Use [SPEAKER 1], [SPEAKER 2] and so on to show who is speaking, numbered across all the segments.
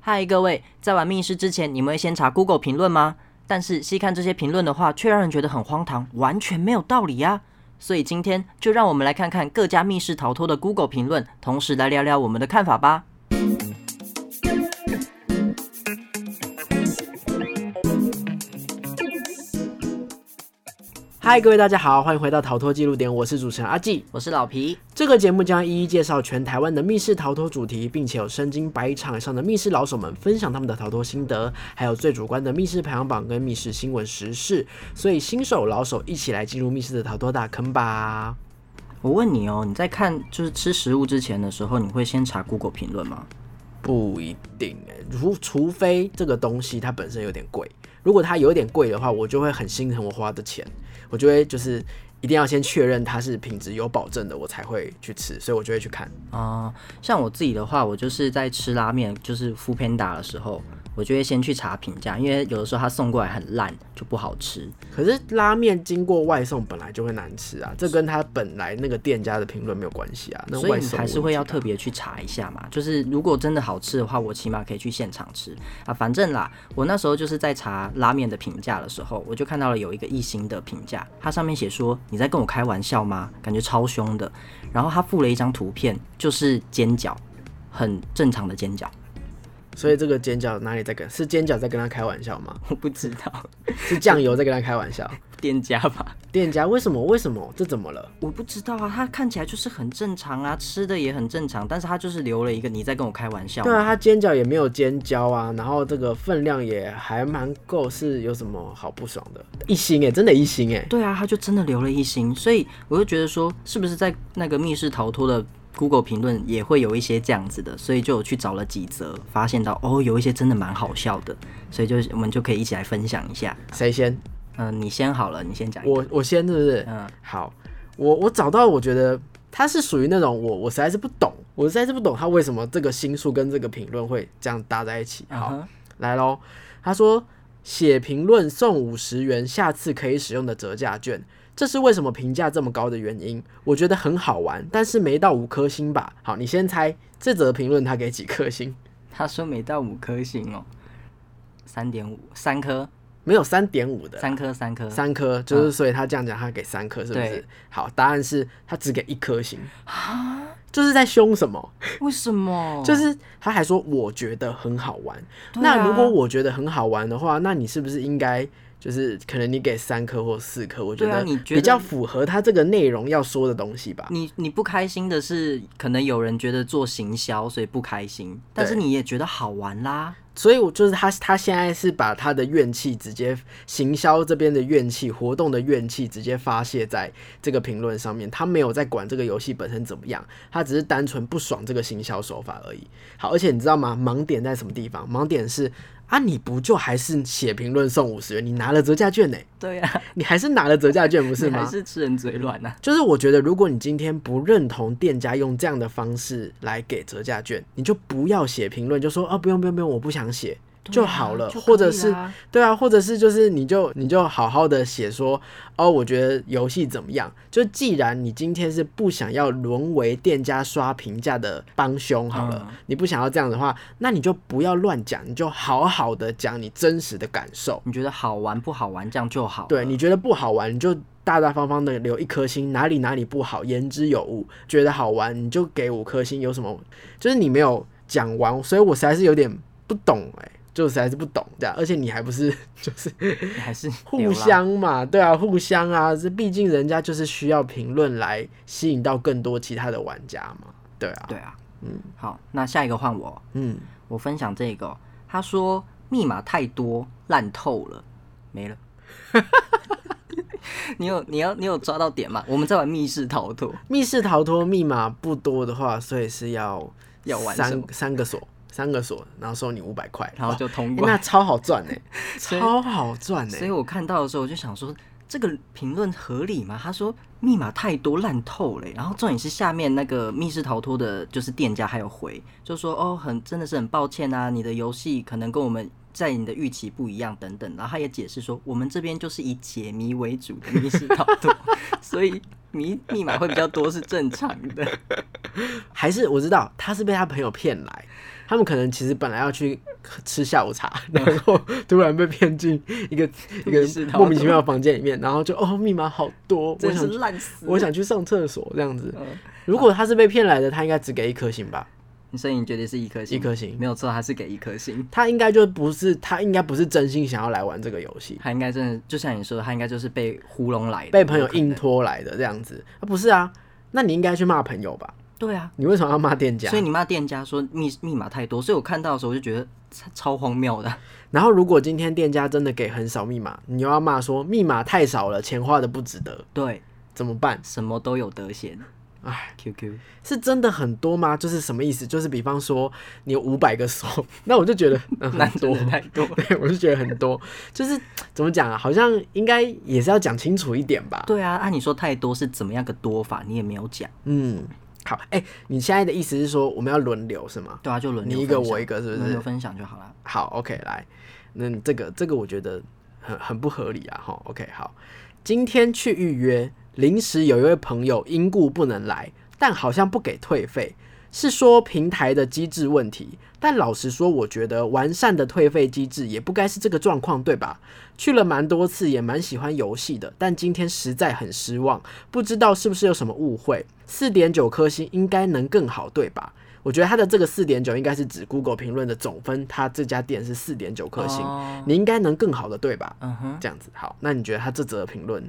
[SPEAKER 1] 嗨，各位，在玩密室之前，你们会先查 Google 评论吗？但是细看这些评论的话，却让人觉得很荒唐，完全没有道理呀、所以今天就让我们来看看各家密室逃脱的 Google 评论，同时来聊聊我们的看法吧。
[SPEAKER 2] 嗨，各位大家好，欢迎回到逃脱记录点，我是主持人阿纪。
[SPEAKER 1] 我是老皮，
[SPEAKER 2] 这个节目将一一介绍全台湾的密室逃脱主题，并且有身经百场以上的密室老手们分享他们的逃脱心得，还有最主观的密室排行榜跟密室新闻时事。所以新手老手一起来进入密室的逃脱大坑吧。
[SPEAKER 1] 我问你哦，你在看就是吃食物之前的时候，你会先查 Google 评论吗？
[SPEAKER 2] 不一定哎、除除非这个东西它本身有点贵，如果它有点贵的话，我就会很心疼我花的钱，我就会就是一定要先确认它是品质有保证的，我才会去吃，所以我就会去看。
[SPEAKER 1] 哦、像我自己的话，我就是在吃拉面，就是 f o o Panda 的时候，我就会先去查评价，因为有的时候它送过来很烂，就不好吃。
[SPEAKER 2] 可是拉面经过外送本来就会难吃啊，这跟他本来那个店家的评论没有关系啊。那
[SPEAKER 1] 所
[SPEAKER 2] 外
[SPEAKER 1] 以你
[SPEAKER 2] 送
[SPEAKER 1] 还是会
[SPEAKER 2] 问题
[SPEAKER 1] 要特别去查一下嘛。就是如果真的好吃的话，我起码可以去现场吃啊。反正啦，我那时候就是在查拉面的评价的时候，我就看到了有一个一星的评价，它上面写说你在跟我开玩笑吗？感觉超凶的。然后他附了一张图片，就是煎饺，很正常的煎饺。
[SPEAKER 2] 所以这个煎饺哪里在跟是煎饺在跟他开玩笑吗？
[SPEAKER 1] 我不知道
[SPEAKER 2] 是酱油在跟他开玩 笑？
[SPEAKER 1] 店家吧，
[SPEAKER 2] 店家为什么为什么这怎么了？
[SPEAKER 1] 我不知道啊。它看起来就是很正常啊，吃的也很正常，但是它就是留了一个你在跟我开玩笑吗。
[SPEAKER 2] 对啊，他煎饺也没有煎焦啊，然后这个分量也还蛮够，是有什么好不爽的？一星哎、真的一星哎、
[SPEAKER 1] 对啊，他就真的留了一星，所以我就觉得说，是不是在那个密室逃脱的 Google 评论也会有一些这样子的，所以就有去找了几则，发现到哦，有一些真的蛮好笑的，所以就是我们就可以一起来分享一下。
[SPEAKER 2] 谁先？
[SPEAKER 1] 嗯、你先好了，你先讲一个。
[SPEAKER 2] 我我先是不是？
[SPEAKER 1] 嗯
[SPEAKER 2] 好，我我找到，我觉得它是属于那种我我实在是不懂，我实在是不懂它为什么这个星数跟这个评论会这样搭在一起。好
[SPEAKER 1] 嗯哼
[SPEAKER 2] 来喽，他说写评论送五十元，下次可以使用的折价券。这是为什么评价这么高的原因，我觉得很好玩，但是没到五颗星吧。好，你先猜这则评论他给几颗星？
[SPEAKER 1] 他说每到五颗星哦，三点五，三颗，
[SPEAKER 2] 没有三点五的啦，
[SPEAKER 1] 三颗，三颗，
[SPEAKER 2] 三颗，就是所以他这样讲，他给三颗，是不是
[SPEAKER 1] 嗯对？
[SPEAKER 2] 好，答案是他只给一颗星，
[SPEAKER 1] 啊
[SPEAKER 2] 就是在凶什么？
[SPEAKER 1] 为什么？
[SPEAKER 2] 就是他还说我觉得很好玩。
[SPEAKER 1] 哦对啊
[SPEAKER 2] 那如果我觉得很好玩的话，那你是不是应该就是可能你给三颗或四颗？我觉
[SPEAKER 1] 对啊
[SPEAKER 2] 得
[SPEAKER 1] 你觉得
[SPEAKER 2] 比较符合他这个内容要说的东西吧。
[SPEAKER 1] 你你不开心的是，可能有人觉得做行销所以不开心，但是
[SPEAKER 2] 对
[SPEAKER 1] 你也觉得好玩啦。
[SPEAKER 2] 所以，我就是他，他现在是把他的怨气直接行销这边的怨气、活动的怨气直接发泄在这个评论上面，他没有在管这个游戏本身怎么样，他只是单纯不爽这个行销手法而已。好，而且你知道吗？盲点在什么地方？盲点是啊，你不就还是写评论送五十元，你拿了折价券呢、
[SPEAKER 1] 对呀、
[SPEAKER 2] 你还是拿了折价券不啊 是
[SPEAKER 1] 你还
[SPEAKER 2] 吗？
[SPEAKER 1] 是吃人嘴软啊呐、
[SPEAKER 2] 就是我觉得，如果你今天不认同店家用这样的方式来给折价券，你就不要写评论，就说啊不用不用不用，我不想写
[SPEAKER 1] 对啊
[SPEAKER 2] 就好了，
[SPEAKER 1] 就可以啦
[SPEAKER 2] 或者是对啊，或者是就是你就你就好好的写说哦，我觉得游戏怎么样？就既然你今天是不想要沦为店家刷评价的帮凶好了，
[SPEAKER 1] 嗯
[SPEAKER 2] 你不想要这样的话，那你就不要乱讲，你就好好的讲你真实的感受。
[SPEAKER 1] 你觉得好玩不好玩，这样就好。
[SPEAKER 2] 对，你觉得不好玩，你就大大方方的留一颗星，哪里哪里不好，言之有物；觉得好玩，你就给五颗星。有什么？就是你没有讲完，所以我实在是有点不懂哎、就实在是不懂这样。而且你还不是 就是
[SPEAKER 1] 你还是
[SPEAKER 2] 互
[SPEAKER 1] 留啦。
[SPEAKER 2] 相嘛，对啊，互相啊，这毕竟人家就是需要评论来吸引到更多其他的玩家嘛，对啊，
[SPEAKER 1] 对啊，
[SPEAKER 2] 嗯
[SPEAKER 1] 好，那下一个换我，
[SPEAKER 2] 嗯，
[SPEAKER 1] 我分享这个哦、他说密码太多，烂透了，没了。 你有你要你有抓到点吗？我们在玩密室逃脱，
[SPEAKER 2] 密室逃脱密码不多的话，所以是要
[SPEAKER 1] 要玩什
[SPEAKER 2] 三
[SPEAKER 1] 么
[SPEAKER 2] 三个锁，三个锁，然后收你五百块，
[SPEAKER 1] 然后就通
[SPEAKER 2] 欸
[SPEAKER 1] 关。
[SPEAKER 2] 那超好赚哎、
[SPEAKER 1] 所以
[SPEAKER 2] 超好赚哎、
[SPEAKER 1] 所以我看到的时候，我就想说，这个评论合理吗？他说密码太多，烂透了欸。然后重点是下面那个密室逃脱的，就是店家还有回，就说哦，很真的是很抱歉啊，你的游戏可能跟我们。在你的预期不一样等等，然后他也解释说，我们这边就是以解谜为主的密室逃脱， 所以密密码会比较多是正常的。
[SPEAKER 2] 还是我知道他是被他朋友骗来，他们可能其实本来要去吃下午茶， 然后突然被骗进一 个一个
[SPEAKER 1] 密室逃脱
[SPEAKER 2] 莫名其妙的房间里面，然后就哦密码好多，我
[SPEAKER 1] 真是
[SPEAKER 2] 想
[SPEAKER 1] 烂死了。
[SPEAKER 2] 我想去上厕所这样子。
[SPEAKER 1] 嗯，
[SPEAKER 2] 如果他是被骗来的，他应该只给一颗星吧？
[SPEAKER 1] 你呃所以你觉得是一颗星？
[SPEAKER 2] 一颗星
[SPEAKER 1] 没有错，他是给一颗星。
[SPEAKER 2] 他应该就不是他应该不是真心想要来玩这个游戏，
[SPEAKER 1] 他应该真的就像你说的，他应该就是被糊弄来的，
[SPEAKER 2] 被朋友
[SPEAKER 1] 有可能
[SPEAKER 2] 硬。拖来的这样子啊？不是啊，那你应该去骂朋友吧？
[SPEAKER 1] 对啊，
[SPEAKER 2] 你为什么要骂店家？
[SPEAKER 1] 所以你骂店家说密密码太多，所以我看到的时候我就觉得超超荒谬的。
[SPEAKER 2] 然后，如果今天店家真的给很少密码，你又要骂说密码太少了，钱花的不值得，
[SPEAKER 1] 对，
[SPEAKER 2] 怎么办？
[SPEAKER 1] 什么都有得闲。
[SPEAKER 2] 哎
[SPEAKER 1] ，QQ，
[SPEAKER 2] 是真的很多吗？就是什么意思？就是比方说你有五百个手， 那我就觉得、嗯、
[SPEAKER 1] 那真
[SPEAKER 2] 很多
[SPEAKER 1] 的，太多了。
[SPEAKER 2] 对我就觉得很多。就是怎么讲啊？好像应该也是要讲清楚一点 吧。
[SPEAKER 1] 对啊，按、你说太多是怎么样个多法，你也没有讲。
[SPEAKER 2] 嗯，好，哎、你现在的意思是说我们要轮流是吗？
[SPEAKER 1] 对啊，就轮流
[SPEAKER 2] 你一个
[SPEAKER 1] 分享
[SPEAKER 2] 我一个是不是
[SPEAKER 1] 轮流分享就好了。
[SPEAKER 2] 好，OK，来，那你这个这个我觉得很很不合理啊，哈，OK，好，今天去预约，临时有一位朋友因故不能来，但好像不给退费，是说平台的机制问题，但老实说，我觉得完善的退费机制也不该是这个状况，对吧？去了蛮多次，也蛮喜欢游戏的，但今天实在很失望，不知道是不是有什么误会，四点九颗星应该能更好，对吧？我觉得它的这个四点九应该是指 Google 评论的总分，它这家店是四点九颗星，
[SPEAKER 1] 哦
[SPEAKER 2] 你应该能更好的，对吧？
[SPEAKER 1] 嗯哼，
[SPEAKER 2] 这样子好，那你觉得他这则评论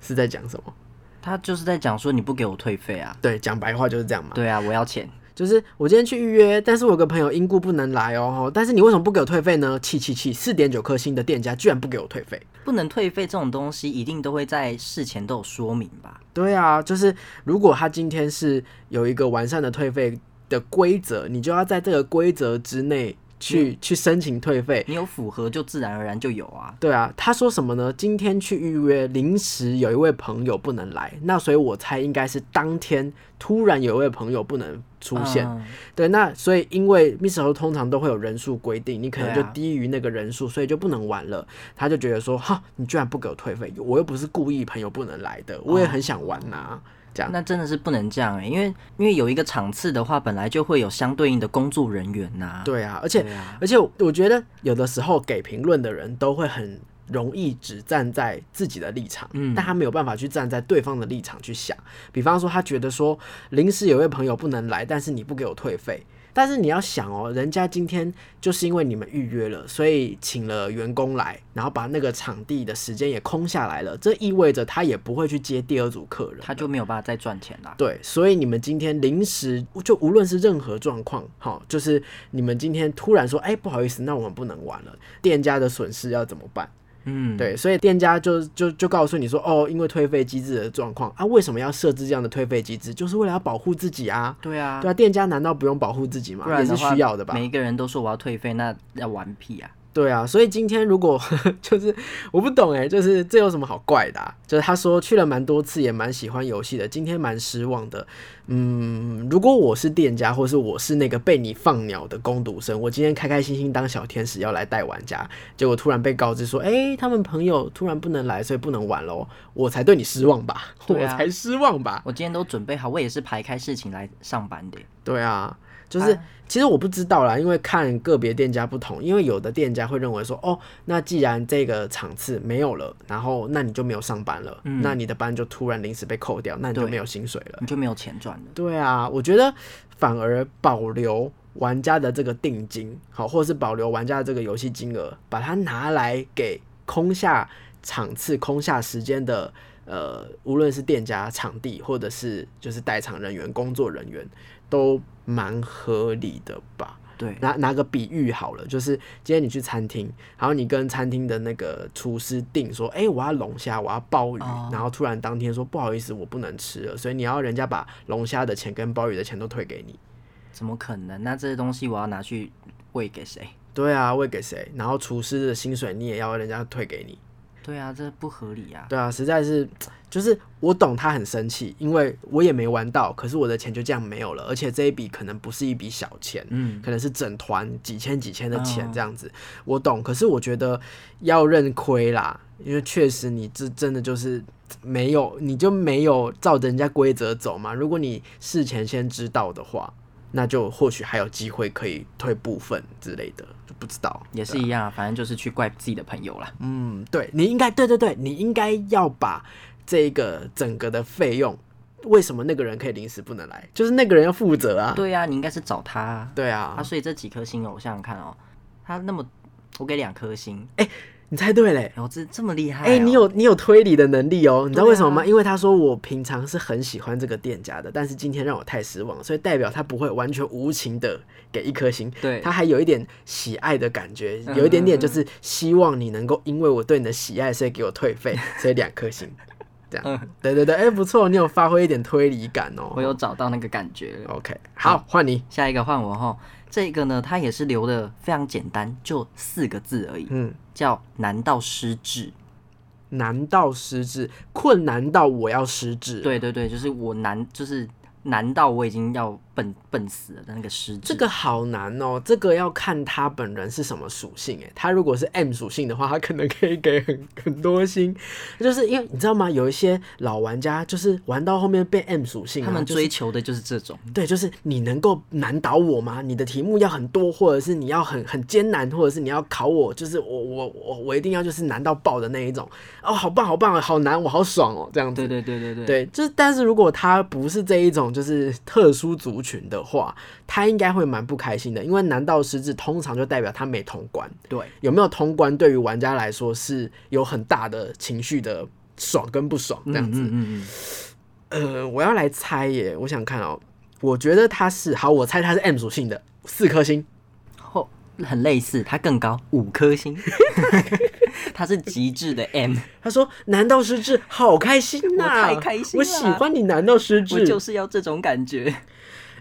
[SPEAKER 2] 是在讲什么？
[SPEAKER 1] 他就是在讲说你不给我退费啊。
[SPEAKER 2] 对，讲白话就是这样嘛。
[SPEAKER 1] 对啊，我要钱。
[SPEAKER 2] 就是我今天去预约，但是我有个朋友因故不能来哦，但是你为什么不给我退费呢？气气气！四点九颗星的店家居然不给我退费。
[SPEAKER 1] 不能退费这种东西，一定都会在事前都有说明吧？
[SPEAKER 2] 对啊，就是如果他今天是有一个完善的退费的规则，你就要在这个规则之内去、去申请退费。
[SPEAKER 1] 你有符合，就自然而然就有啊。
[SPEAKER 2] 对啊，他说什么呢？今天去预约，临时有一位朋友不能来，那所以我猜应该是当天突然有一位朋友不能出现。
[SPEAKER 1] 嗯
[SPEAKER 2] 对，那所以因为密室逃脱通常都会有人数规定，你可能就
[SPEAKER 1] 对啊
[SPEAKER 2] 低于那个人数，所以就不能玩了。他就觉得说，哈，你居然不给我退费，我又不是故意朋友不能来的，我也
[SPEAKER 1] 哦
[SPEAKER 2] 很想玩呐、这样
[SPEAKER 1] 那真的是不能这样哎、因为因为有一个场次的话，本来就会有相对应的工作人员呐、
[SPEAKER 2] 对啊，而且、
[SPEAKER 1] 对啊
[SPEAKER 2] 而且我觉得有的时候给评论的人都会很容易只站在自己的立场，
[SPEAKER 1] 嗯
[SPEAKER 2] 但他没有办法去站在对方的立场去想。比方说，他觉得说临时有位朋友不能来，但是你不给我退费。但是你要想哦，人家今天就是因为你们预约了，所以请了员工来，然后把那个场地的时间也空下来了，这意味着他也不会去接第二组客人。
[SPEAKER 1] 他就没有办法再赚钱啦。
[SPEAKER 2] 对，所以你们今天临时就无论是任何状况，好，就是你们今天突然说，哎、不好意思，那我们不能玩了，店家的损失要怎么办？
[SPEAKER 1] 嗯，
[SPEAKER 2] 对，所以店家就就就告诉你说，哦，因为退费机制的状况啊，为什么要设置这样的退费机制？就是为了要保护自己啊。
[SPEAKER 1] 对啊，
[SPEAKER 2] 对啊，店家难道不用保护自己吗
[SPEAKER 1] 不？然
[SPEAKER 2] 也
[SPEAKER 1] 的
[SPEAKER 2] 是
[SPEAKER 1] 话
[SPEAKER 2] 需要的吧？
[SPEAKER 1] 每一个人都说我要退费，那要玩屁啊！
[SPEAKER 2] 对啊，所以今天如果 就是我不懂哎，就是这有什么好怪的、啊？就是他说去了蛮多次，也蛮喜欢游戏的，今天蛮失望的。嗯，如果我是店家，或是我是那个被你放鸟的攻读生，我今天开开心心当小天使要来带玩家，结果突然被告知说，哎、他们朋友突然不能来，所以不能玩喽，我才对你失望吧？
[SPEAKER 1] 对
[SPEAKER 2] 我
[SPEAKER 1] 啊
[SPEAKER 2] 才失望吧？
[SPEAKER 1] 我今天都准备好，我也是排开事情来上班的耶。
[SPEAKER 2] 对啊，就是、
[SPEAKER 1] 啊
[SPEAKER 2] 其实我不知道啦，因为看个别店家不同，因为有的店家会认为说，哦，那既然这个场次没有了，然后那你就没有上班了，那你的班就突然临时被扣掉，那你就
[SPEAKER 1] 对
[SPEAKER 2] 没有薪水了。
[SPEAKER 1] 你就没有钱赚了。
[SPEAKER 2] 对啊，我觉得反而保留玩家的这个定金，好，或者是保留玩家的这个游戏金额，把它拿来给空下场次、空下时间的呃，无论是店家、场地，或者是就是代场人员、工作人员，都蛮合理的吧。
[SPEAKER 1] 对，
[SPEAKER 2] 拿拿个比喻好了，就是今天你去餐厅，然后你跟餐厅的那个厨师定说，哎、我要龙虾，我要鲍鱼，
[SPEAKER 1] 哦
[SPEAKER 2] 然后突然当天说不好意思，我不能吃了，所以你要人家把龙虾的钱跟鲍鱼的钱都退给你。
[SPEAKER 1] 怎么可能？那这些东西我要拿去喂给谁？
[SPEAKER 2] 对啊，喂给谁？然后厨师的薪水你也要人家退给你。
[SPEAKER 1] 对啊，这不合理啊。
[SPEAKER 2] 对啊，实在是，就是我懂他很生气，因为我也没玩到，可是我的钱就这样没有了，而且这一笔可能不是一笔小钱，
[SPEAKER 1] 嗯，
[SPEAKER 2] 可能是整团几千几千的钱
[SPEAKER 1] 哦
[SPEAKER 2] 这样子，我懂。可是我觉得要认亏啦，因为确实你这真的就是没有，你就没有照着人家规则走嘛。如果你事前先知道的话，那就或许还有机会可以退部分之类的，就不知道。
[SPEAKER 1] 也是一样啊，反正就是去怪自己的朋友啦。
[SPEAKER 2] 嗯，对你应该，对对对，你应该要把这个整个的费用，为什么那个人可以临时不能来，就是那个人要负责啊。
[SPEAKER 1] 对啊，你应该是找他啊。
[SPEAKER 2] 对
[SPEAKER 1] 啊，
[SPEAKER 2] 啊，
[SPEAKER 1] 所以这几颗星哦，我想想看哦，他那么我给两颗星，
[SPEAKER 2] 你猜对欸嘞。
[SPEAKER 1] 然后这这么厉害、哦，
[SPEAKER 2] 哎、你有你有推理的能力哦，你知道为什么吗？
[SPEAKER 1] 对啊
[SPEAKER 2] 因为他说我平常是很喜欢这个店家的，但是今天让我太失望，所以代表他不会完全无情的给一颗星，
[SPEAKER 1] 对
[SPEAKER 2] 他还有一点喜爱的感觉，
[SPEAKER 1] 嗯
[SPEAKER 2] 有一点点就是希望你能够因为我对你的喜爱，所以给我退 费，所以两颗星，这样，
[SPEAKER 1] 嗯
[SPEAKER 2] 对对对，哎、不错，你有发挥一点推理感哦，
[SPEAKER 1] 我有嗯找到那个感觉了。
[SPEAKER 2] OK，好，换你，
[SPEAKER 1] 下一个换我哈，这个呢，它也是留的非常简单，就四个字而已，
[SPEAKER 2] 嗯，
[SPEAKER 1] 叫难到失智。
[SPEAKER 2] 难到失智，困难到我要失智，。
[SPEAKER 1] 对对对，就是我难，就是难到我已经要笨笨死了的那个失智。
[SPEAKER 2] 这个好难哦，这个要看他本人是什么属性诶。他如果是 M 属性的话，他可能可以给很很多星，就是因为你知道吗？有一些老玩家就是玩到后面变 M 属性、啊，
[SPEAKER 1] 他们
[SPEAKER 2] 就是
[SPEAKER 1] 追求的就是这种，
[SPEAKER 2] 对，就是你能够难倒我吗？你的题目要很多，或者是你要很很艰难，或者是你要考我，就是我我我我一定要就是难到爆的那一种。哦，好棒好棒哦，好难，我好爽哦，这样子
[SPEAKER 1] 对。对对对对，
[SPEAKER 2] 对，就是但是如果他不是这一种就是特殊族群的话，他应该会蛮不开心的，因为难道失智通常就代表他没通关，
[SPEAKER 1] 对
[SPEAKER 2] 有没有通关对于玩家来说是有很大的情绪的爽跟不爽这样子。
[SPEAKER 1] 嗯嗯嗯嗯，
[SPEAKER 2] 呃，我要来猜耶，我想看哦，我觉得他是好，我猜他是 M 属性的，四颗星。
[SPEAKER 1] 后哦很类似，它更高，五颗 星，它是极致的 M，
[SPEAKER 2] 他说：“难道失智好开心呐、
[SPEAKER 1] 我太开心
[SPEAKER 2] 我
[SPEAKER 1] 啦
[SPEAKER 2] 喜欢你。难道失
[SPEAKER 1] 我
[SPEAKER 2] 智？
[SPEAKER 1] 就是要这种感觉。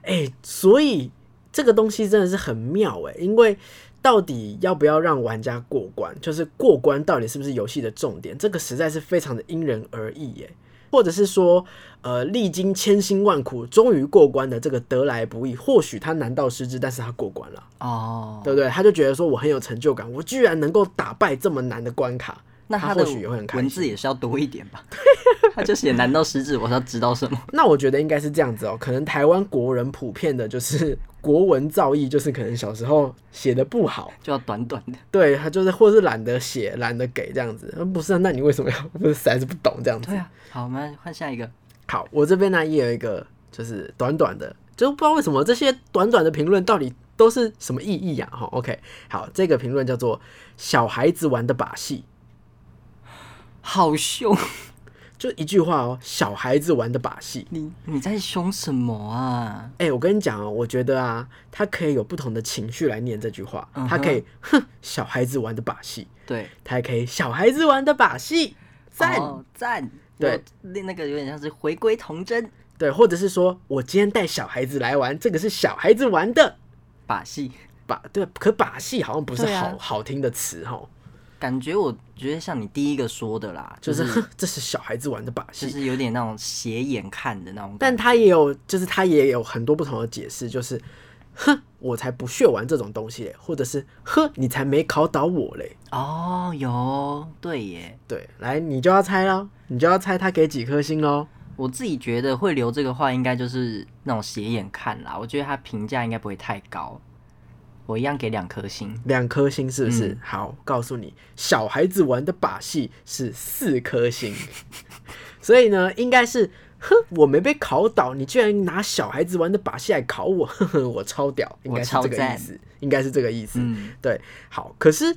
[SPEAKER 2] 哎、所以这个东西真的是很妙哎、因为到底要不要让玩家过关，就是过关到底是不是游戏的重点，这个实在是非常的因人而异耶、或者是说，呃，历经千辛万苦，终于过关的这个得来不易，或许他难道失之，但是他过关了，
[SPEAKER 1] 哦，
[SPEAKER 2] 对不对？他就觉得说我很有成就感，我居然能够打败这么难的关卡，
[SPEAKER 1] 那
[SPEAKER 2] 他
[SPEAKER 1] 的
[SPEAKER 2] 或许也会很开
[SPEAKER 1] 文
[SPEAKER 2] 心
[SPEAKER 1] 字也是要多一点吧？ 他就写难道食指，我是要知道什么？
[SPEAKER 2] 那我觉得应该是这样子哦，可能台湾国人普遍的就是国文造诣，就是可能小时候写的不好，
[SPEAKER 1] 就要短短的。
[SPEAKER 2] 对他就是或是懒得写、懒得给这样子。嗯不是、啊，那你为什么要？不是实在是不懂这样子
[SPEAKER 1] 对。啊，好，我们换下一个。
[SPEAKER 2] 好，我这边呢也有一个，就是短短的，就是不知道为什么这些短短的评论到底都是什么意义呀、啊？哈，OK，好，这个评论叫做“小孩子玩的把戏”，
[SPEAKER 1] 好凶！
[SPEAKER 2] 就一句话哦，“小孩子玩的把戏”。
[SPEAKER 1] 你你在凶什么啊？
[SPEAKER 2] 哎、我跟你讲哦，我觉得啊，他可以有不同的情绪来念这句话，
[SPEAKER 1] 嗯哼
[SPEAKER 2] 他可以哼小孩子玩的把戏，
[SPEAKER 1] 对，
[SPEAKER 2] 他还可以小孩子玩的把戏，赞、
[SPEAKER 1] 哦赞，
[SPEAKER 2] 对
[SPEAKER 1] 我，那那个有点像是回归童真
[SPEAKER 2] 对，或者是说我今天带小孩子来玩，这个是小孩子玩的
[SPEAKER 1] 把戏。
[SPEAKER 2] 把，对，可把戏好像不是
[SPEAKER 1] 对啊
[SPEAKER 2] 好、好听的词哈，
[SPEAKER 1] 感觉我觉得像你第一个说的啦，
[SPEAKER 2] 就
[SPEAKER 1] 就是是
[SPEAKER 2] 哼 这是小孩子玩的把
[SPEAKER 1] 嗯
[SPEAKER 2] 戏
[SPEAKER 1] 就，是有点那种斜眼看的那种感
[SPEAKER 2] 但
[SPEAKER 1] 觉。
[SPEAKER 2] 他也有，就是他也有很多不同的解释，就是哼，我才不屑玩这种东西嘞，或者是呵，你才没考倒我嘞。
[SPEAKER 1] 哦，有对耶，
[SPEAKER 2] 对，来，你就要猜喽，你就要猜他给几颗星喽。
[SPEAKER 1] 我自己觉得会留这个话，应该就是那种斜眼看啦。我觉得他评价应该不会太高，我一样给两颗星。
[SPEAKER 2] 两颗星是不是？
[SPEAKER 1] 嗯
[SPEAKER 2] 好，告诉你，小孩子玩的把戏是四颗星， 所以呢，应该是，哼，我没被考倒，你居然拿小孩子玩的把戏来考我， 呵呵，我超屌，应该是这
[SPEAKER 1] 我超
[SPEAKER 2] 个意
[SPEAKER 1] 赞
[SPEAKER 2] 思，应该是这个意思。
[SPEAKER 1] 嗯，
[SPEAKER 2] 对，好，可是。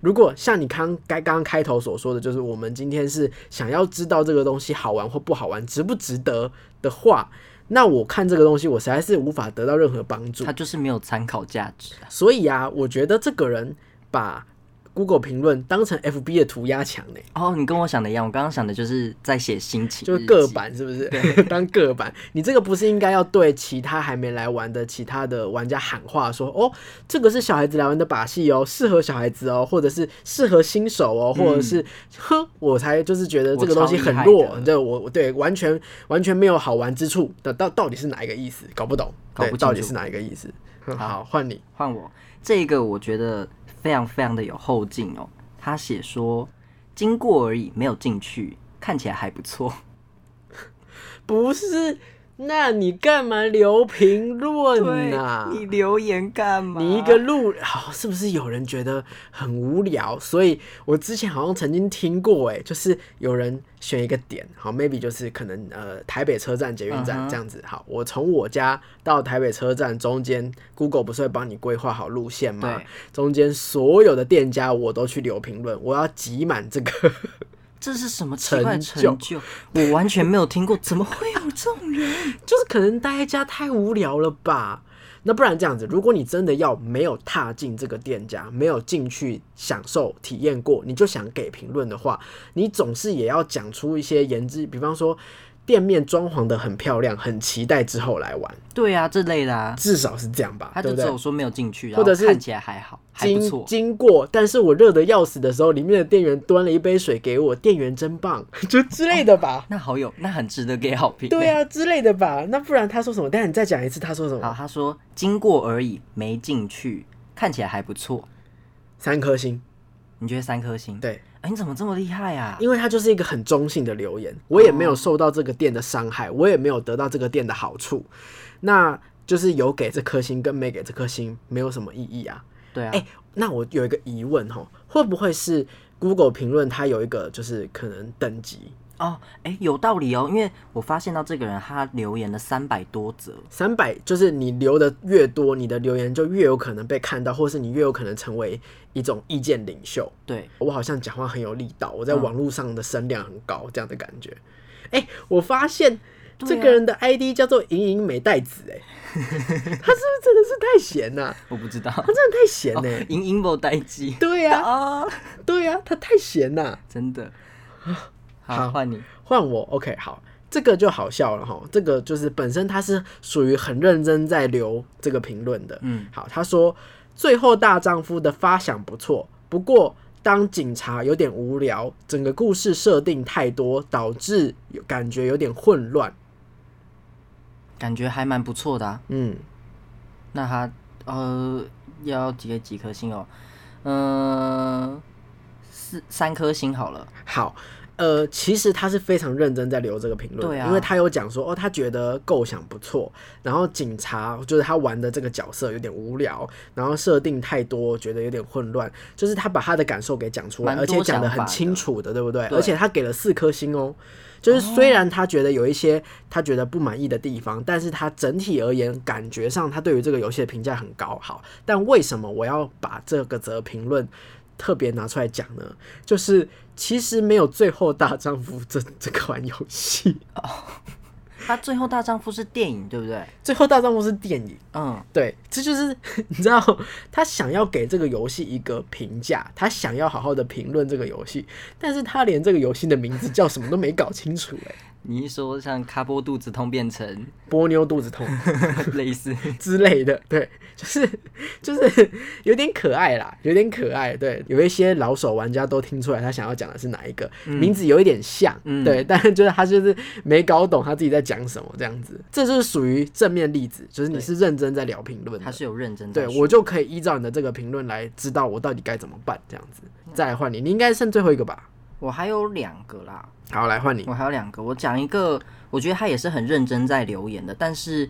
[SPEAKER 2] 如果像你刚该刚刚开头所说的，就是我们今天是想要知道这个东西好玩或不好玩，值不值得的话，那我看这个东西，我实在是无法得到任何帮助
[SPEAKER 1] 他。就是没有参考价值啊。
[SPEAKER 2] 所以啊，我觉得这个人把 Google 评论当成 FB 的涂鸦墙呢，
[SPEAKER 1] 哦，你跟我想的一样，我刚刚想的就是在写心情，
[SPEAKER 2] 就是个。版是不是？ 当个版，你这个不是应该要对其他还没来玩的其他的玩家喊话说，哦，这个是小孩子来玩的把戏哦，适合小孩子哦，或者是适合新手哦，或者是哼，我才就是觉得这个东西很
[SPEAKER 1] 嗯我超厉
[SPEAKER 2] 弱
[SPEAKER 1] 害，的
[SPEAKER 2] 对我我对完全完全没有好玩之处的，到到底是哪一个意思？搞不懂，
[SPEAKER 1] 搞不
[SPEAKER 2] 对
[SPEAKER 1] 清楚
[SPEAKER 2] 到底是哪一个意思？好，换你。
[SPEAKER 1] 换我这个，我觉得非常非常的有后劲哦。他写说，经过而已，没有进去，看起来还不错。
[SPEAKER 2] 不是那你干嘛留评论啊呐？
[SPEAKER 1] 你留言干嘛？
[SPEAKER 2] 你一个路好、是不是有人觉得很无聊？所以我之前好像曾经听过、哎，就是有人选一个点，好，maybe 就是可能呃台北车站、捷运
[SPEAKER 1] 嗯哼
[SPEAKER 2] 站这样子。好，我从我家到台北车站中间，Google 不是会帮你规划好路线吗
[SPEAKER 1] 对？
[SPEAKER 2] 中间所有的店家我都去留评论，我要挤满这个
[SPEAKER 1] 这是什么奇怪的
[SPEAKER 2] 成
[SPEAKER 1] 成
[SPEAKER 2] 就
[SPEAKER 1] 就？我完全没有听过，怎么会有这种人？
[SPEAKER 2] 就是可能待在家太无聊了吧？那不然这样子，如果你真的要没有踏进这个店家，没有进去享受体验过，你就想给评论的话，你总是也要讲出一些言之，比方说店面装潢的很漂亮，很期待之后来玩，
[SPEAKER 1] 对啊，这类的啊，
[SPEAKER 2] 至少是这样吧，
[SPEAKER 1] 他
[SPEAKER 2] 对
[SPEAKER 1] 就
[SPEAKER 2] 不
[SPEAKER 1] 只
[SPEAKER 2] 对
[SPEAKER 1] 有？说没有进去，然
[SPEAKER 2] 或
[SPEAKER 1] 后
[SPEAKER 2] 者是
[SPEAKER 1] 看起来还好，还不
[SPEAKER 2] 经
[SPEAKER 1] 错。
[SPEAKER 2] 经过，但是我热的要死的时候，里面的店员端了一杯水给我，店员真棒， 就之类的吧。
[SPEAKER 1] 那好友，那很值得给好评。
[SPEAKER 2] 对，啊，之类的吧。那不然他说什么？但你再讲一次他说什
[SPEAKER 1] 欸好，
[SPEAKER 2] 么？
[SPEAKER 1] 他说经过而已，没进去，看起来还不错。
[SPEAKER 2] 三颗星。
[SPEAKER 1] 你觉得三颗星？
[SPEAKER 2] 对，
[SPEAKER 1] 哎，你怎么这么厉害啊？
[SPEAKER 2] 因为它就是一个很中性的留言，我也没有受到这个店的伤害，我也没有得到这个店的好处，那就是有给这颗星跟没给这颗星没有什么意义啊。
[SPEAKER 1] 对啊，
[SPEAKER 2] 哎、那我有一个疑问哈，会不会是 Google 评论它有一个就是可能等级
[SPEAKER 1] 哦，哎，有道理哦，因为我发现到这个人他留言了三百多则，
[SPEAKER 2] 三百，300, 就是你留的越多，你的留言就越有可能被看到，或是你越有可能成为一种意见领袖。
[SPEAKER 1] 对，
[SPEAKER 2] 我好像讲话很有力道，我在
[SPEAKER 1] 嗯
[SPEAKER 2] 网络上的声量很高，这样的感觉。哎、我发现
[SPEAKER 1] 对啊
[SPEAKER 2] 这个人的 ID 叫做莹莹美代子、 哎，他是不是真的是太闲呐、
[SPEAKER 1] 我不知道，哦
[SPEAKER 2] 他 真的太闲呢、
[SPEAKER 1] 银银某待机。
[SPEAKER 2] 对呀、
[SPEAKER 1] 啊，
[SPEAKER 2] 对呀、他太闲呐、
[SPEAKER 1] 真的。
[SPEAKER 2] 好
[SPEAKER 1] 好，换你。
[SPEAKER 2] 换我，OK，好，这个就好笑了哈。这个就是本身他是属于很认真在留这个评论的。
[SPEAKER 1] 嗯，
[SPEAKER 2] 好，他说《最后大丈夫》的发想不错，不过当警察有点无聊，整个故事设定太多，导致有感觉有点混乱。
[SPEAKER 1] 感觉还蛮不错的、啊。
[SPEAKER 2] 嗯，
[SPEAKER 1] 那他呃要几个几颗星哦？嗯、四三颗星好了。
[SPEAKER 2] 好。呃，其实他是非常认真在留这个评论的，
[SPEAKER 1] 对啊
[SPEAKER 2] 因为他有讲说，哦，他觉得构想不错，然后警察就是他玩的这个角色有点无聊，然后设定太多，觉得有点混乱，就是他把他的感受给讲出
[SPEAKER 1] 蛮
[SPEAKER 2] 来，
[SPEAKER 1] 多
[SPEAKER 2] 而且讲得
[SPEAKER 1] 想法
[SPEAKER 2] 很
[SPEAKER 1] 的
[SPEAKER 2] 清楚的，对不对？
[SPEAKER 1] 对
[SPEAKER 2] 而且他给了四颗星哦，就是虽然他觉得有一些他觉得不满意的地方，但是他整体而言感觉上他对于这个游戏的评价很高。好，但为什么我要把这个则评论特别拿出来讲呢？就是其实没有《最后大丈夫这》这款游戏，《
[SPEAKER 1] 他最后大丈夫是电影对不对？
[SPEAKER 2] 最后大丈夫》是电影。
[SPEAKER 1] 嗯，
[SPEAKER 2] 对，这就是 你知道，他想要给这个游戏一个评价，他想要好好的评论这个游戏，但是他连这个游戏的名字叫什么都没搞清楚、欸，
[SPEAKER 1] 你一说像卡波肚子痛变成
[SPEAKER 2] 波妞肚子痛，
[SPEAKER 1] 类似，
[SPEAKER 2] 之类的，对，就是就是有点可爱啦，有点可爱，对，有一些老手玩家都听出来他想要讲的是哪一个、名字，有一点像，
[SPEAKER 1] 嗯
[SPEAKER 2] 对，但是就是他就是没搞懂他自己在讲什么这样子，这就是属于正面例子，就是你
[SPEAKER 1] 对
[SPEAKER 2] 是认真在聊评论
[SPEAKER 1] 他
[SPEAKER 2] 的，
[SPEAKER 1] 是有认真在
[SPEAKER 2] 对
[SPEAKER 1] 学
[SPEAKER 2] 我就可以依照你的这个评论来知道我到底该怎么办这样子，再来换你，你应该剩最后一个吧，
[SPEAKER 1] 我还有两个啦，
[SPEAKER 2] 好，来换你
[SPEAKER 1] 我，还有两个，我讲一个，我觉得他也是很认真在留言的，但是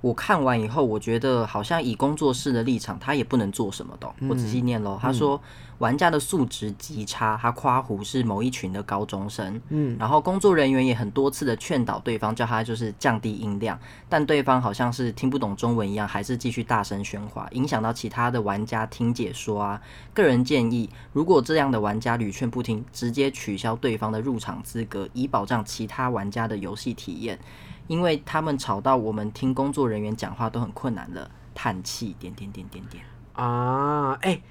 [SPEAKER 1] 我看完以后，我觉得好像以工作室的立场，他也不能做什么的
[SPEAKER 2] 嗯
[SPEAKER 1] 哦。我仔细念喽，他说、玩家的素质极差，他夸胡是某一群的高中生，
[SPEAKER 2] 嗯，
[SPEAKER 1] 然后工作人员也很多次的劝导对方，叫他就是降低音量，但对方好像是听不懂中文一样，还是继续大声喧哗，影响到其他的玩家听解说啊。个人建议，如果这样的玩家屡劝不听，直接取消对方的入场资格，以保障其他玩家的游戏体验，因为他们吵到我们听工作人员讲话都很困难了。叹气，点点点点点，
[SPEAKER 2] 啊，哎、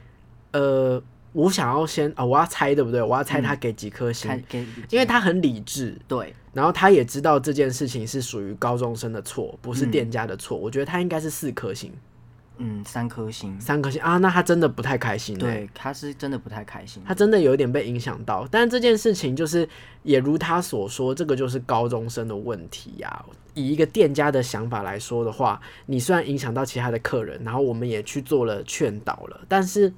[SPEAKER 2] 呃。我想要先啊、我要猜对不对？我要猜他给几颗星、
[SPEAKER 1] 嗯看给，
[SPEAKER 2] 因为他很理智，
[SPEAKER 1] 对
[SPEAKER 2] 然后他也知道这件事情是属于高中生的错，不是店家的错。我觉得他应该是四颗星、
[SPEAKER 1] 嗯，三颗星，
[SPEAKER 2] 三颗星啊，那他真的不太开心。，欸
[SPEAKER 1] 对，他是真的不太开心。
[SPEAKER 2] 他真的有一点被影响到。但这件事情就是，也如他所说，这个就是高中生的问题呀、以一个店家的想法来说的话，你虽然影响到其他的客人，然后我们也去做了劝导了，但是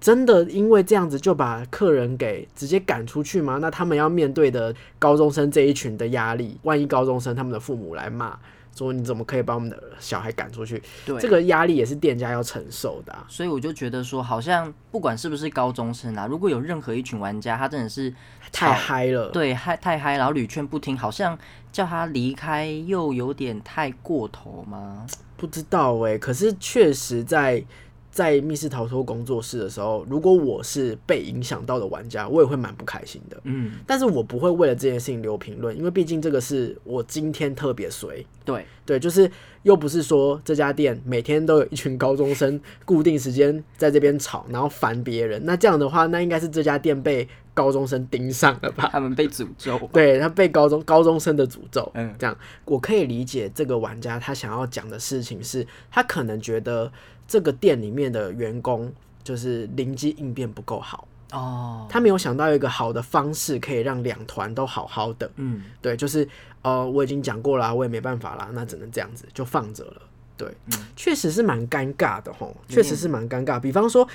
[SPEAKER 2] 真的因为这样子就把客人给直接赶出去吗？那他们要面对的高中生这一群的压力，万一高中生他们的父母来骂。说你怎么可以把我们的小孩赶出去？
[SPEAKER 1] 对，
[SPEAKER 2] 这个压力也是店家要承受的、啊。
[SPEAKER 1] 所以我就觉得说，好像不管是不是高中生啊，如果有任何一群玩家，他真的是
[SPEAKER 2] 太
[SPEAKER 1] 吵
[SPEAKER 2] 嗨了，
[SPEAKER 1] 对嗨太嗨，然后屡劝不听，好像叫他离开又有点太过头吗？
[SPEAKER 2] 不知道哎、可是确实在在密室逃脱工作室的时候，如果我是被影响到的玩家，我也会蛮不开心的。
[SPEAKER 1] 嗯，
[SPEAKER 2] 但是我不会为了这件事情留评论，因为毕竟这个是我今天特别随。
[SPEAKER 1] 对，
[SPEAKER 2] 对，就是又不是说这家店每天都有一群高中生固定时间在这边吵，然后烦别人。那这样的话，那应该是这家店被高中生盯上了吧？
[SPEAKER 1] 他们被诅咒吧。
[SPEAKER 2] 对他被高中高中生的诅咒，
[SPEAKER 1] 嗯
[SPEAKER 2] 这样我可以理解这个玩家他想要讲的事情是，他可能觉得这个店里面的员工就是灵机应变不够好，
[SPEAKER 1] 哦，
[SPEAKER 2] 他没有想到一个好的方式可以让两团都好好的。
[SPEAKER 1] 嗯，
[SPEAKER 2] 对，就是呃，我已经讲过啦，我也没办法啦，那只能这样子就放着了。对，确实是蛮尴尬的吼，确实是蛮尴尬。比方说，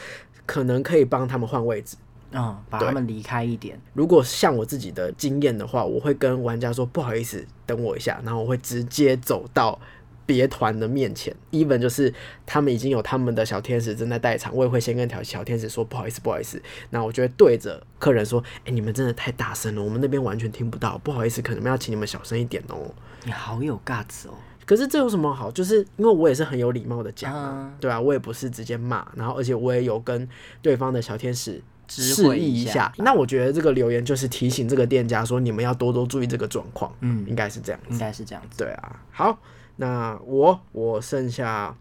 [SPEAKER 2] 可能可以帮他们换位置。
[SPEAKER 1] 嗯，把
[SPEAKER 2] 对
[SPEAKER 1] 他们离开一点。
[SPEAKER 2] 如果像我自己的经验的话，我会跟玩家说不好意思，等我一下，然后我会直接走到别团的面前。even 就是他们已经有他们的小天使正在代场，我也会先跟条小天使说不好意思，不好意思。那我就会对着客人说，哎、你们真的太大声了，我们那边完全听不到，不好意思，可能要请你们小声一点哦、
[SPEAKER 1] 你好有 guts 哦。
[SPEAKER 2] 可是这有什么好？就是因为我也是很有礼貌的讲啊，
[SPEAKER 1] 嗯
[SPEAKER 2] 对啊，我也不是直接骂，然后而且我也有跟对方的小天使
[SPEAKER 1] 知
[SPEAKER 2] 示
[SPEAKER 1] 会
[SPEAKER 2] 意
[SPEAKER 1] 一
[SPEAKER 2] 下。
[SPEAKER 1] 下
[SPEAKER 2] 那我觉得这个留言就是提醒这个店家说，你们要多多注意这个状况，
[SPEAKER 1] 嗯
[SPEAKER 2] 应，该是这样
[SPEAKER 1] 应
[SPEAKER 2] 子。
[SPEAKER 1] 该是这样子。
[SPEAKER 2] 对啊，好，那我我剩下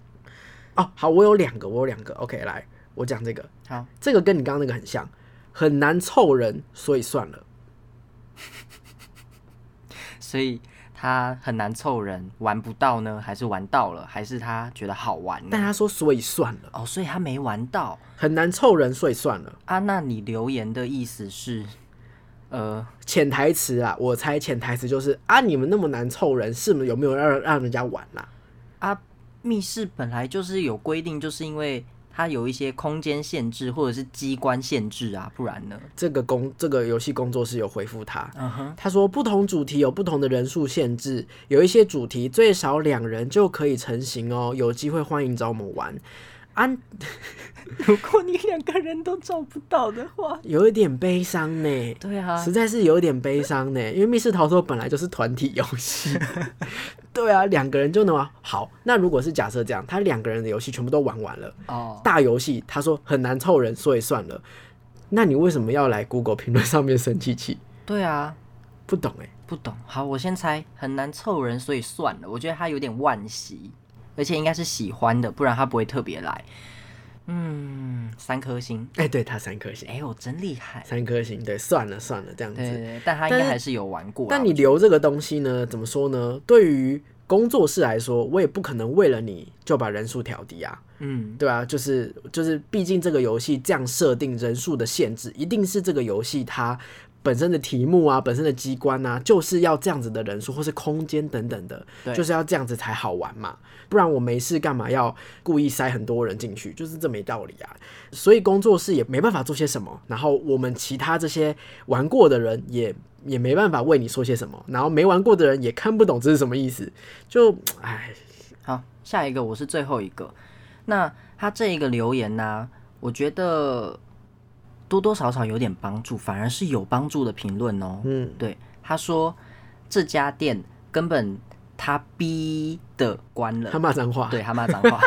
[SPEAKER 2] 哦，好，我有两个，我有两个，OK，来，我讲这个，
[SPEAKER 1] 好，
[SPEAKER 2] 这个跟你刚刚那个很像，很难凑人，所以算了。
[SPEAKER 1] 所以他很难凑人，玩不到呢，还是玩到了，还是他觉得好玩
[SPEAKER 2] 但
[SPEAKER 1] 呢？
[SPEAKER 2] 他说所以算了，
[SPEAKER 1] 哦，所以他没玩到
[SPEAKER 2] 很难凑人，所以算了。
[SPEAKER 1] 啊。那你留言的意思是，呃，
[SPEAKER 2] 潜台词啊，我猜潜台词就是啊，你们那么难凑人，是不是有没有让让人家玩啦、
[SPEAKER 1] 啊，密室本来就是有规定，就是因为它有一些空间限制或者是机关限制啊，不然呢？
[SPEAKER 2] 这个工这个游戏工作室有回复他，
[SPEAKER 1] 嗯哼，
[SPEAKER 2] 他说不同主题有不同的人数限制，有一些主题最少两人就可以成型哦，有机会欢迎找我们玩。啊，
[SPEAKER 1] 如果你两个人都找不到的话，
[SPEAKER 2] 有一点悲伤呢。
[SPEAKER 1] 对啊
[SPEAKER 2] 实，在是有点悲伤呢，因为密室逃脱本来就是团体游 戏，对啊，两个人就能玩。好，那如果是假设这样，他两个人的游戏全部都玩完了，
[SPEAKER 1] 哦，
[SPEAKER 2] 大游戏，他说很难凑人，所以算了。那你为什么要来 Google 评论上面生气气？
[SPEAKER 1] 对啊，
[SPEAKER 2] 不懂哎、
[SPEAKER 1] 不懂。好，我先猜，很难凑人，所以算了。我觉得他有点惋惜，而且应该是喜欢的，不然他不会特别来。嗯，三颗星，
[SPEAKER 2] 哎、对他三颗星，
[SPEAKER 1] 哎、我真厉害。
[SPEAKER 2] 三颗星，对，算了算了这样
[SPEAKER 1] 对对
[SPEAKER 2] 子。
[SPEAKER 1] 对，但他应
[SPEAKER 2] 但
[SPEAKER 1] 该
[SPEAKER 2] 是
[SPEAKER 1] 还是有玩过啊。
[SPEAKER 2] 但你留这个东西呢，怎么说呢？对于工作室来说，我也不可能为了你就把人数调低啊，
[SPEAKER 1] 嗯，
[SPEAKER 2] 对啊，就是就是，毕竟这个游戏这样设定人数的限制，一定是这个游戏它本身的题目啊、本身的机关啊，就是要这样子的人数或是空间等等的，
[SPEAKER 1] 对
[SPEAKER 2] 就是要这样子才好玩嘛。不然我没事干嘛要故意塞很多人进去？就是这没道理啊。所以工作室也没办法做些什么，然后我们其他这些玩过的人也也没办法为你说些什么，然后没玩过的人也看不懂这是什么意思，就唉，
[SPEAKER 1] 好，下一个我是最后一个。那他这一个留言呢、我觉得多多少少有点帮助，反而是有帮助的评论哦。
[SPEAKER 2] 嗯，
[SPEAKER 1] 对，他说这家店根本他逼的关了
[SPEAKER 2] 他，骂脏话，
[SPEAKER 1] 对他骂脏 话，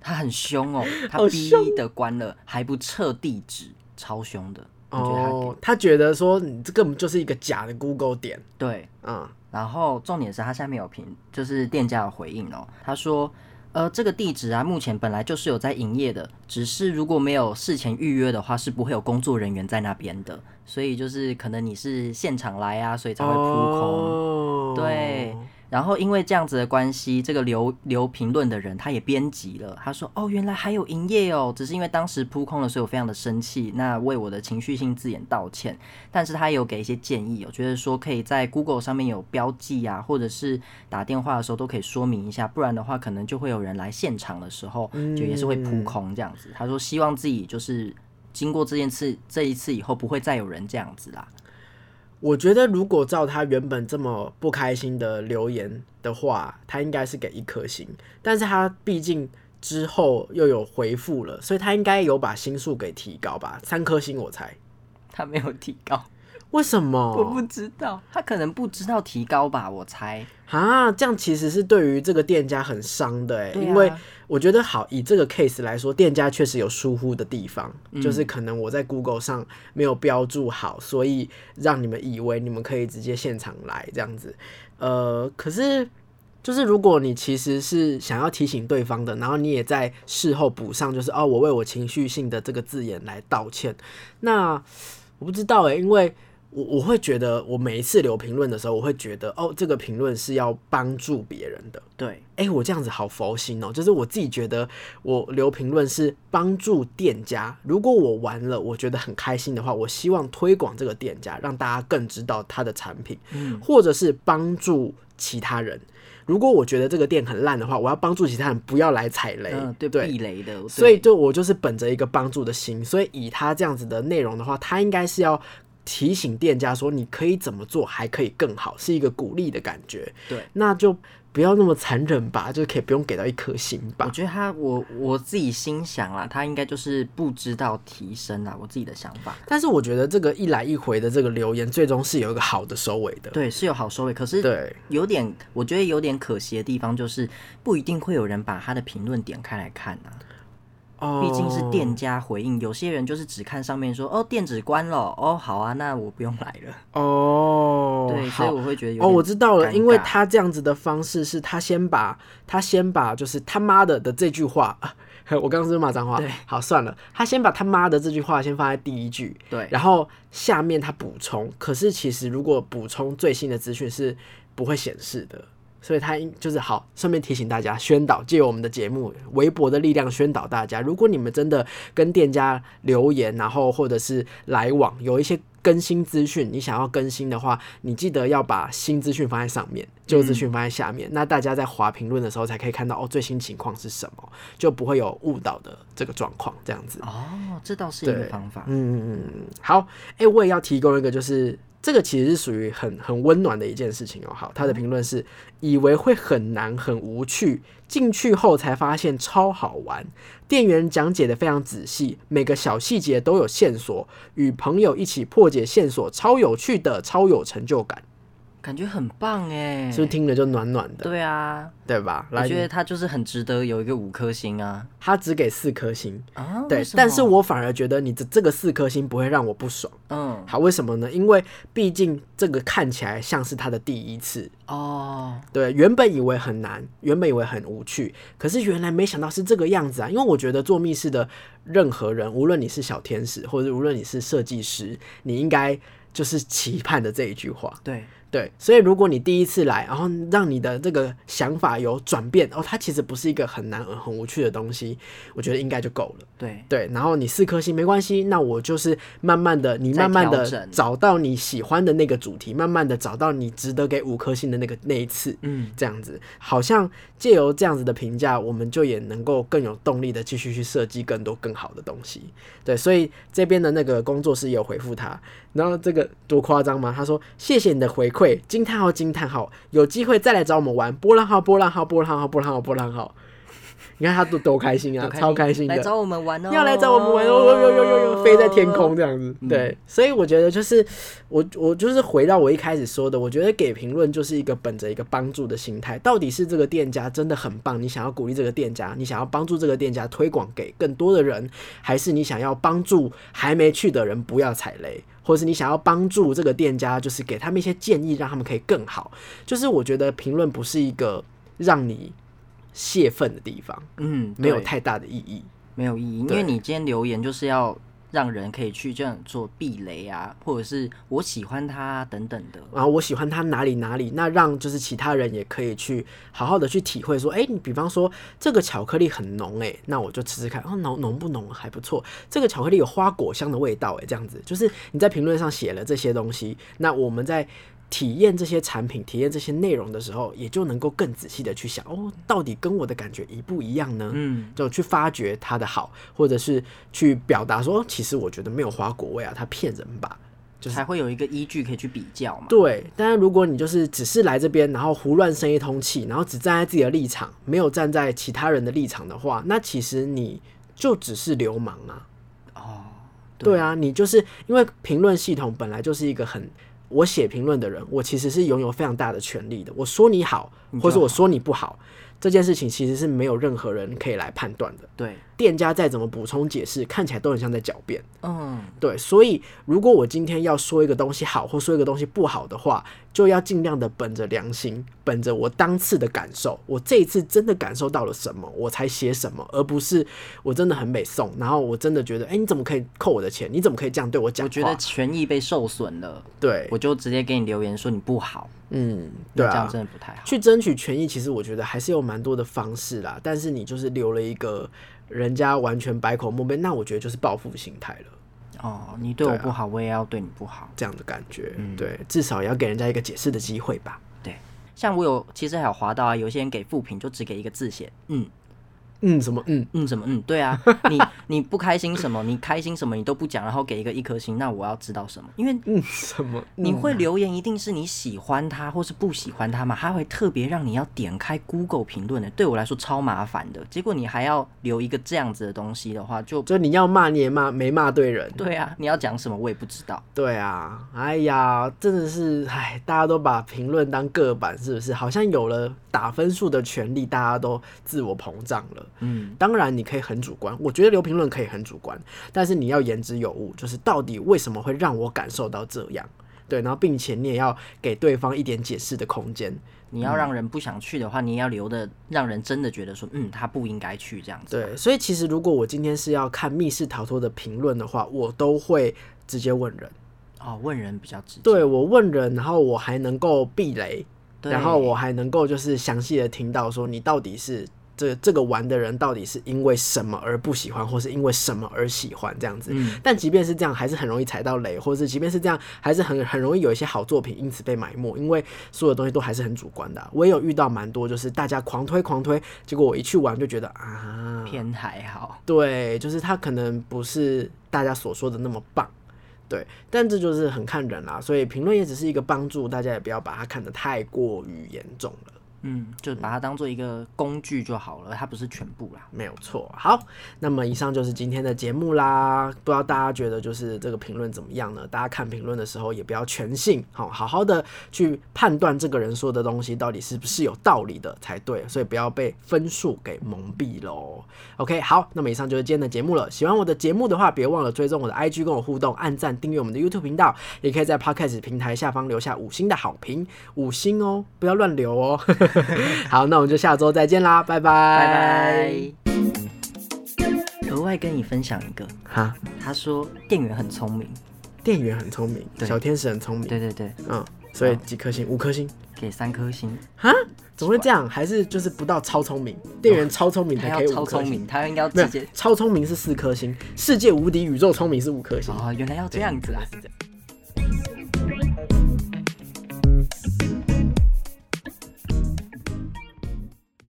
[SPEAKER 1] 他很凶哦，他
[SPEAKER 2] 好
[SPEAKER 1] 逼
[SPEAKER 2] 凶
[SPEAKER 1] 的关了还不撤地址，超凶的。我觉得他、
[SPEAKER 2] 哦，他觉得说你这根本就是一个假的 Google 点
[SPEAKER 1] 对，
[SPEAKER 2] 啊、
[SPEAKER 1] 然后重点是他下面有评，就是店家有回应哦，他说。呃，这个地址啊，目前本来就是有在营业的，只是如果没有事前预约的话，是不会有工作人员在那边的。所以就是可能你是现场来啊，所以才会扑空。
[SPEAKER 2] 哦
[SPEAKER 1] 对，然后因为这样子的关系，这个留留评论的人他也编辑了，他说：“哦，原来还有营业哦，只是因为当时扑空了，所以我非常的生气，那为我的情绪性字眼道歉。”但是他也有给一些建议哦，觉得说可以在 Google 上面有标记啊，或者是打电话的时候都可以说明一下，不然的话可能就会有人来现场的时候就也是会扑空这样子。他说希望自己就是经过这件事这一次以后不会再有人这样子啦。
[SPEAKER 2] 我觉得如果照他原本这么不开心的留言的话，他应该是给一颗星，但是他毕竟之后又有回复了，所以他应该有把星数给提高吧，三颗星我猜。
[SPEAKER 1] 他没有提高，
[SPEAKER 2] 为什么？
[SPEAKER 1] 我不知道，哦他可能不知道提高吧，我猜。
[SPEAKER 2] 啊，这样其实是对于这个店家很伤的哎、
[SPEAKER 1] 对啊
[SPEAKER 2] 因为我觉得好以这个 case 来说，店家确实有疏忽的地方，
[SPEAKER 1] 嗯
[SPEAKER 2] 就是可能我在 Google 上没有标注好，所以让你们以为你们可以直接现场来这样子。呃，可是就是如果你其实是想要提醒对方的，然后你也在事后补上，就是哦，我为我情绪性的这个字眼来道歉，那我不知道哎、因为我我会觉得，我每一次留评论的时候，我会觉得哦，这个评论是要帮助别人的。
[SPEAKER 1] 对，
[SPEAKER 2] 哎、我这样子好佛心哦、就是我自己觉得我留评论是帮助店家。如果我玩了，我觉得很开心的话，我希望推广这个店家，让大家更知道他的产品，
[SPEAKER 1] 嗯
[SPEAKER 2] 或者是帮助其他人。如果我觉得这个店很烂的话，我要帮助其他人不要来踩雷，
[SPEAKER 1] 嗯、对，
[SPEAKER 2] 哎对
[SPEAKER 1] 避雷的，
[SPEAKER 2] 所以
[SPEAKER 1] 对
[SPEAKER 2] 就我就是本着一个帮助的心，所以以他这样子的内容的话，他应该是要提醒店家说你可以怎么做，还可以更好，是一个鼓励的感觉。
[SPEAKER 1] 对，
[SPEAKER 2] 那就不要那么残忍吧，就可以不用给到一颗星
[SPEAKER 1] 我
[SPEAKER 2] 吧。
[SPEAKER 1] 觉得他，我我自己心想啦，他应该就是不知道提升啊啦，我自己的想法。
[SPEAKER 2] 但是我觉得这个一来一回的这个留言，最终是有一个好的收尾的。
[SPEAKER 1] 对，是有好收尾，可是
[SPEAKER 2] 对，
[SPEAKER 1] 有点，我觉得有点可惜的地方就是，不一定会有人把他的评论点开来看啊。
[SPEAKER 2] 哦
[SPEAKER 1] 毕竟是店家回应，有些人就是只看上面说哦店址关了，哦好啊，那我不用来了。
[SPEAKER 2] 哦，
[SPEAKER 1] 对，所以
[SPEAKER 2] 好
[SPEAKER 1] 我会觉得有
[SPEAKER 2] 哦，
[SPEAKER 1] 点
[SPEAKER 2] 我知道了，
[SPEAKER 1] 尴
[SPEAKER 2] 因为
[SPEAKER 1] 尬
[SPEAKER 2] 他这样子的方式是他先把他先把就是他妈的的这句话， 我刚刚是不是骂脏话
[SPEAKER 1] 对，
[SPEAKER 2] 好算了，他先把他妈的这句话先放在第一句，
[SPEAKER 1] 对
[SPEAKER 2] 然后下面他补充，可是其实如果补充最新的资讯是不会显示的。所以他应就是好，顺便提醒大家，宣导借由我们的节目微博的力量宣导大家，如果你们真的跟店家留言，然后或者是来往有一些更新资讯，你想要更新的话，你记得要把新资讯放在上面，旧资讯放在下面，那大家在划评论的时候才可以看到哦最新情况是什么，就不会有误导的这个状况，这样子。
[SPEAKER 1] 哦，这倒是一个
[SPEAKER 2] 对
[SPEAKER 1] 方法。
[SPEAKER 2] 嗯，好，哎、我也要提供一个，就是这个其实是属于很很温暖的一件事情哦、好，他的评论是：以为会很难很无趣，进去后才发现超好玩。店员讲解的非常仔细，每个小细节都有线索，与朋友一起破解线索，超有趣的，超有成就感。
[SPEAKER 1] 感觉很棒哎，
[SPEAKER 2] 是不是听了就暖暖的，
[SPEAKER 1] 对啊，
[SPEAKER 2] 对吧？
[SPEAKER 1] 我
[SPEAKER 2] 来，
[SPEAKER 1] 觉得他就是很值得有一个五颗星啊
[SPEAKER 2] 他只给四颗星，
[SPEAKER 1] 啊！
[SPEAKER 2] 对
[SPEAKER 1] 为，什
[SPEAKER 2] 但是
[SPEAKER 1] 么
[SPEAKER 2] 我反而觉得你的这个四颗星不会让我不爽。
[SPEAKER 1] 嗯
[SPEAKER 2] 好，为什么呢？因为毕竟这个看起来像是他的第一次，
[SPEAKER 1] 哦，
[SPEAKER 2] 对，原本以为很难，原本以为很无趣，可是原来没想到是这个样子啊！因为我觉得做密室的任何人，无论你是小天使，或者无论你是设计师，你应该就是期盼的这一句话。
[SPEAKER 1] 对，
[SPEAKER 2] 对，所以如果你第一次来，然后让你的这个想法有转变，哦，它其实不是一个很难、很无趣的东西，我觉得应该就够了。
[SPEAKER 1] 对，
[SPEAKER 2] 对，然后你四颗星没关系，那我就是慢慢的，你慢慢
[SPEAKER 1] 再调
[SPEAKER 2] 的
[SPEAKER 1] 整
[SPEAKER 2] 找到你喜欢的那个主题，慢慢的找到你值得给五颗星的那个那一次，
[SPEAKER 1] 嗯，
[SPEAKER 2] 这样子，好像借由这样子的评价，我们就也能够更有动力的继续去设计更多更好的东西。对，所以这边的那个工作室也有回复他，然后这个多夸张吗？他说：“谢谢你的回馈，惊叹号惊叹号，有机会再来找我们玩波浪号波浪号波浪号波浪号波浪号。” 你看他多多开心啊，
[SPEAKER 1] 多开
[SPEAKER 2] 超开心的，
[SPEAKER 1] 来找我们玩哦，
[SPEAKER 2] 要来找我们玩，哦呦呦呦呦呦，飞在天空这样子。
[SPEAKER 1] 嗯
[SPEAKER 2] 对，所以我觉得就是我我就是回到我一开始说的，我觉得给评论就是一个本着一个帮助的心态，到底是这个店家真的很棒，你想要鼓励这个店家，你想要帮助这个店家推广给更多的人，还是你想要帮助还没去的人不要踩雷？或是你想要帮助这个店家，就是给他们一些建议，让他们可以更好。就是我觉得评论不是一个让你泄愤的地方，
[SPEAKER 1] 嗯，
[SPEAKER 2] 没有
[SPEAKER 1] 对
[SPEAKER 2] 太大的意义。
[SPEAKER 1] 没有意义，因
[SPEAKER 2] 对
[SPEAKER 1] 为你今天留言就是要让人可以去这样做避雷啊，或者是我喜欢他啊等等的。
[SPEAKER 2] 然后我喜欢他哪里哪里，那让就是其他人也可以去好好的去体会说，哎、你比方说这个巧克力很浓，哎，那我就吃吃看，哦，浓浓不浓还不错，这个巧克力有花果香的味道，哎，这样子，就是你在评论上写了这些东西，那我们在。体验这些产品、体验这些内容的时候，也就能够更仔细的去想哦，到底跟我的感觉一不一样呢？
[SPEAKER 1] 嗯，
[SPEAKER 2] 就去发掘它的好，或者是去表达说，哦其实我觉得没有花果味啊，他骗人吧，就是
[SPEAKER 1] 才会有一个依据可以去比较嘛。
[SPEAKER 2] 对，但是如果你就是只是来这边，然后胡乱生一通气，然后只站在自己的立场，没有站在其他人的立场的话，那其实你就只是流氓啊。
[SPEAKER 1] 哦，
[SPEAKER 2] 对啊，你就是因为评论系统本来就是一个很，我写评论的人，我其实是拥有非常大的权利的。我说你好
[SPEAKER 1] 你，就
[SPEAKER 2] 或者我说你不好，这件事情其实是没有任何人可以来判断的。
[SPEAKER 1] 对，
[SPEAKER 2] 店家再怎么补充解释，看起来都很像在狡辩。
[SPEAKER 1] 嗯，
[SPEAKER 2] 对，所以如果我今天要说一个东西好或说一个东西不好的话，就要尽量的本着良心，本着我当次的感受，我这一次真的感受到了什么，我才写什么，而不是我真的很美颂，然后我真的觉得，哎、你怎么可以扣我的钱？你怎么可以这样对我讲
[SPEAKER 1] 我
[SPEAKER 2] 话？
[SPEAKER 1] 觉得权益被受损了，
[SPEAKER 2] 对，
[SPEAKER 1] 我就直接给你留言说你不好，
[SPEAKER 2] 嗯，对
[SPEAKER 1] 那这
[SPEAKER 2] 啊
[SPEAKER 1] 样，真的不太好。
[SPEAKER 2] 去争取权益，其实我觉得还是有蛮多的方式啦，但是你就是留了一个人家完全百口莫辩，那我觉得就是报复心态了。
[SPEAKER 1] 哦，你对我
[SPEAKER 2] 对啊
[SPEAKER 1] 不好，我也要对你不好。
[SPEAKER 2] 这样的感觉，
[SPEAKER 1] 嗯
[SPEAKER 2] 对，至少也要给人家一个解释的机会吧。
[SPEAKER 1] 对，像我有其实还有滑到啊，有些人给负评就只给一个字写，嗯
[SPEAKER 2] 嗯，什么嗯，
[SPEAKER 1] 嗯什么嗯，对啊， 你你不开心什么，你开心什么你都不讲，然后给一个一颗星，那我要知道什么？因为
[SPEAKER 2] 嗯，什么？
[SPEAKER 1] 你会留言一定是你喜欢他或是不喜欢他嘛？他会特别让你要点开 Google 评论的，对我来说超麻烦的。结果你还要留一个这样子的东西的话，就
[SPEAKER 2] 就你要骂你也骂，没骂对人。
[SPEAKER 1] 对啊，你要讲什么我也不知道。
[SPEAKER 2] 对啊，哎呀，真的是，哎，大家都把评论当个板，是不是？好像有了打分数的权利，大家都自我膨胀了。
[SPEAKER 1] 嗯，
[SPEAKER 2] 当然，你可以很主观，我觉得留评论可以很主观，但是你要言之有物，就是到底为什么会让我感受到这样？对，然后并且你也要给对方一点解释的空间。
[SPEAKER 1] 你要让人不想去的话，你也要留的让人真的觉得说，嗯，他不应该去这样子。
[SPEAKER 2] 对，所以其实如果我今天是要看密室逃脱的评论的话，我都会直接问人。
[SPEAKER 1] 哦，问人比较直接。
[SPEAKER 2] 对我问人，然后我还能够避雷，
[SPEAKER 1] 对，
[SPEAKER 2] 然后我还能够就是详细的听到说你到底是这这个玩的人到底是因为什么而不喜欢，或是因为什么而喜欢这样子。
[SPEAKER 1] 嗯
[SPEAKER 2] 但即便是这样，还是很容易踩到雷，或是即便是这样，还是很很容易有一些好作品因此被埋没，因为所有东西都还是很主观的啊、我也有遇到蛮多，就是大家狂推狂推，结果我一去玩就觉得啊，
[SPEAKER 1] 偏还好。
[SPEAKER 2] 对，就是他可能不是大家所说的那么棒，对，但这就是很看人啦，所以评论也只是一个帮助，大家也不要把它看得太过于严重了。
[SPEAKER 1] 嗯，就把它当做一个工具就好了，它不是全部啦。
[SPEAKER 2] 没有错，好，那么以上就是今天的节目啦。不知道大家觉得就是这个评论怎么样呢？大家看评论的时候也不要全信，好、好好的去判断这个人说的东西到底是不是有道理的才对，所以不要被分数给蒙蔽喽。OK，好，那么以上就是今天的节目了。喜欢我的节目的话，别忘了追踪我的 IG 跟我互动，按赞、订阅我们的 YouTube 频道，也可以在 Podcast 平台下方留下五星的好评，五星哦，不要乱留哦。 好，那我们就下周再见啦，拜
[SPEAKER 1] 拜
[SPEAKER 2] 拜。
[SPEAKER 1] 拜。额外跟你分享一个，
[SPEAKER 2] 哈。
[SPEAKER 1] 他说店员很聪明，
[SPEAKER 2] 店员很聪明，
[SPEAKER 1] 对
[SPEAKER 2] 小天使很聪明，
[SPEAKER 1] 对对对，
[SPEAKER 2] 嗯，所以几颗星？五颗星？
[SPEAKER 1] 给三颗星，
[SPEAKER 2] 哈？怎么会这样？还是就是不到超聪明？店员超聪明
[SPEAKER 1] 他
[SPEAKER 2] 才
[SPEAKER 1] 哦要
[SPEAKER 2] 可以五
[SPEAKER 1] 超
[SPEAKER 2] 颗
[SPEAKER 1] 聪
[SPEAKER 2] 星
[SPEAKER 1] 明，，他应该要
[SPEAKER 2] 没
[SPEAKER 1] 直
[SPEAKER 2] 有
[SPEAKER 1] 接。
[SPEAKER 2] 超聪明是四颗星，世界无敌宇宙聪明是五颗星。
[SPEAKER 1] 哦，原来要这样子啊！
[SPEAKER 2] 是这样。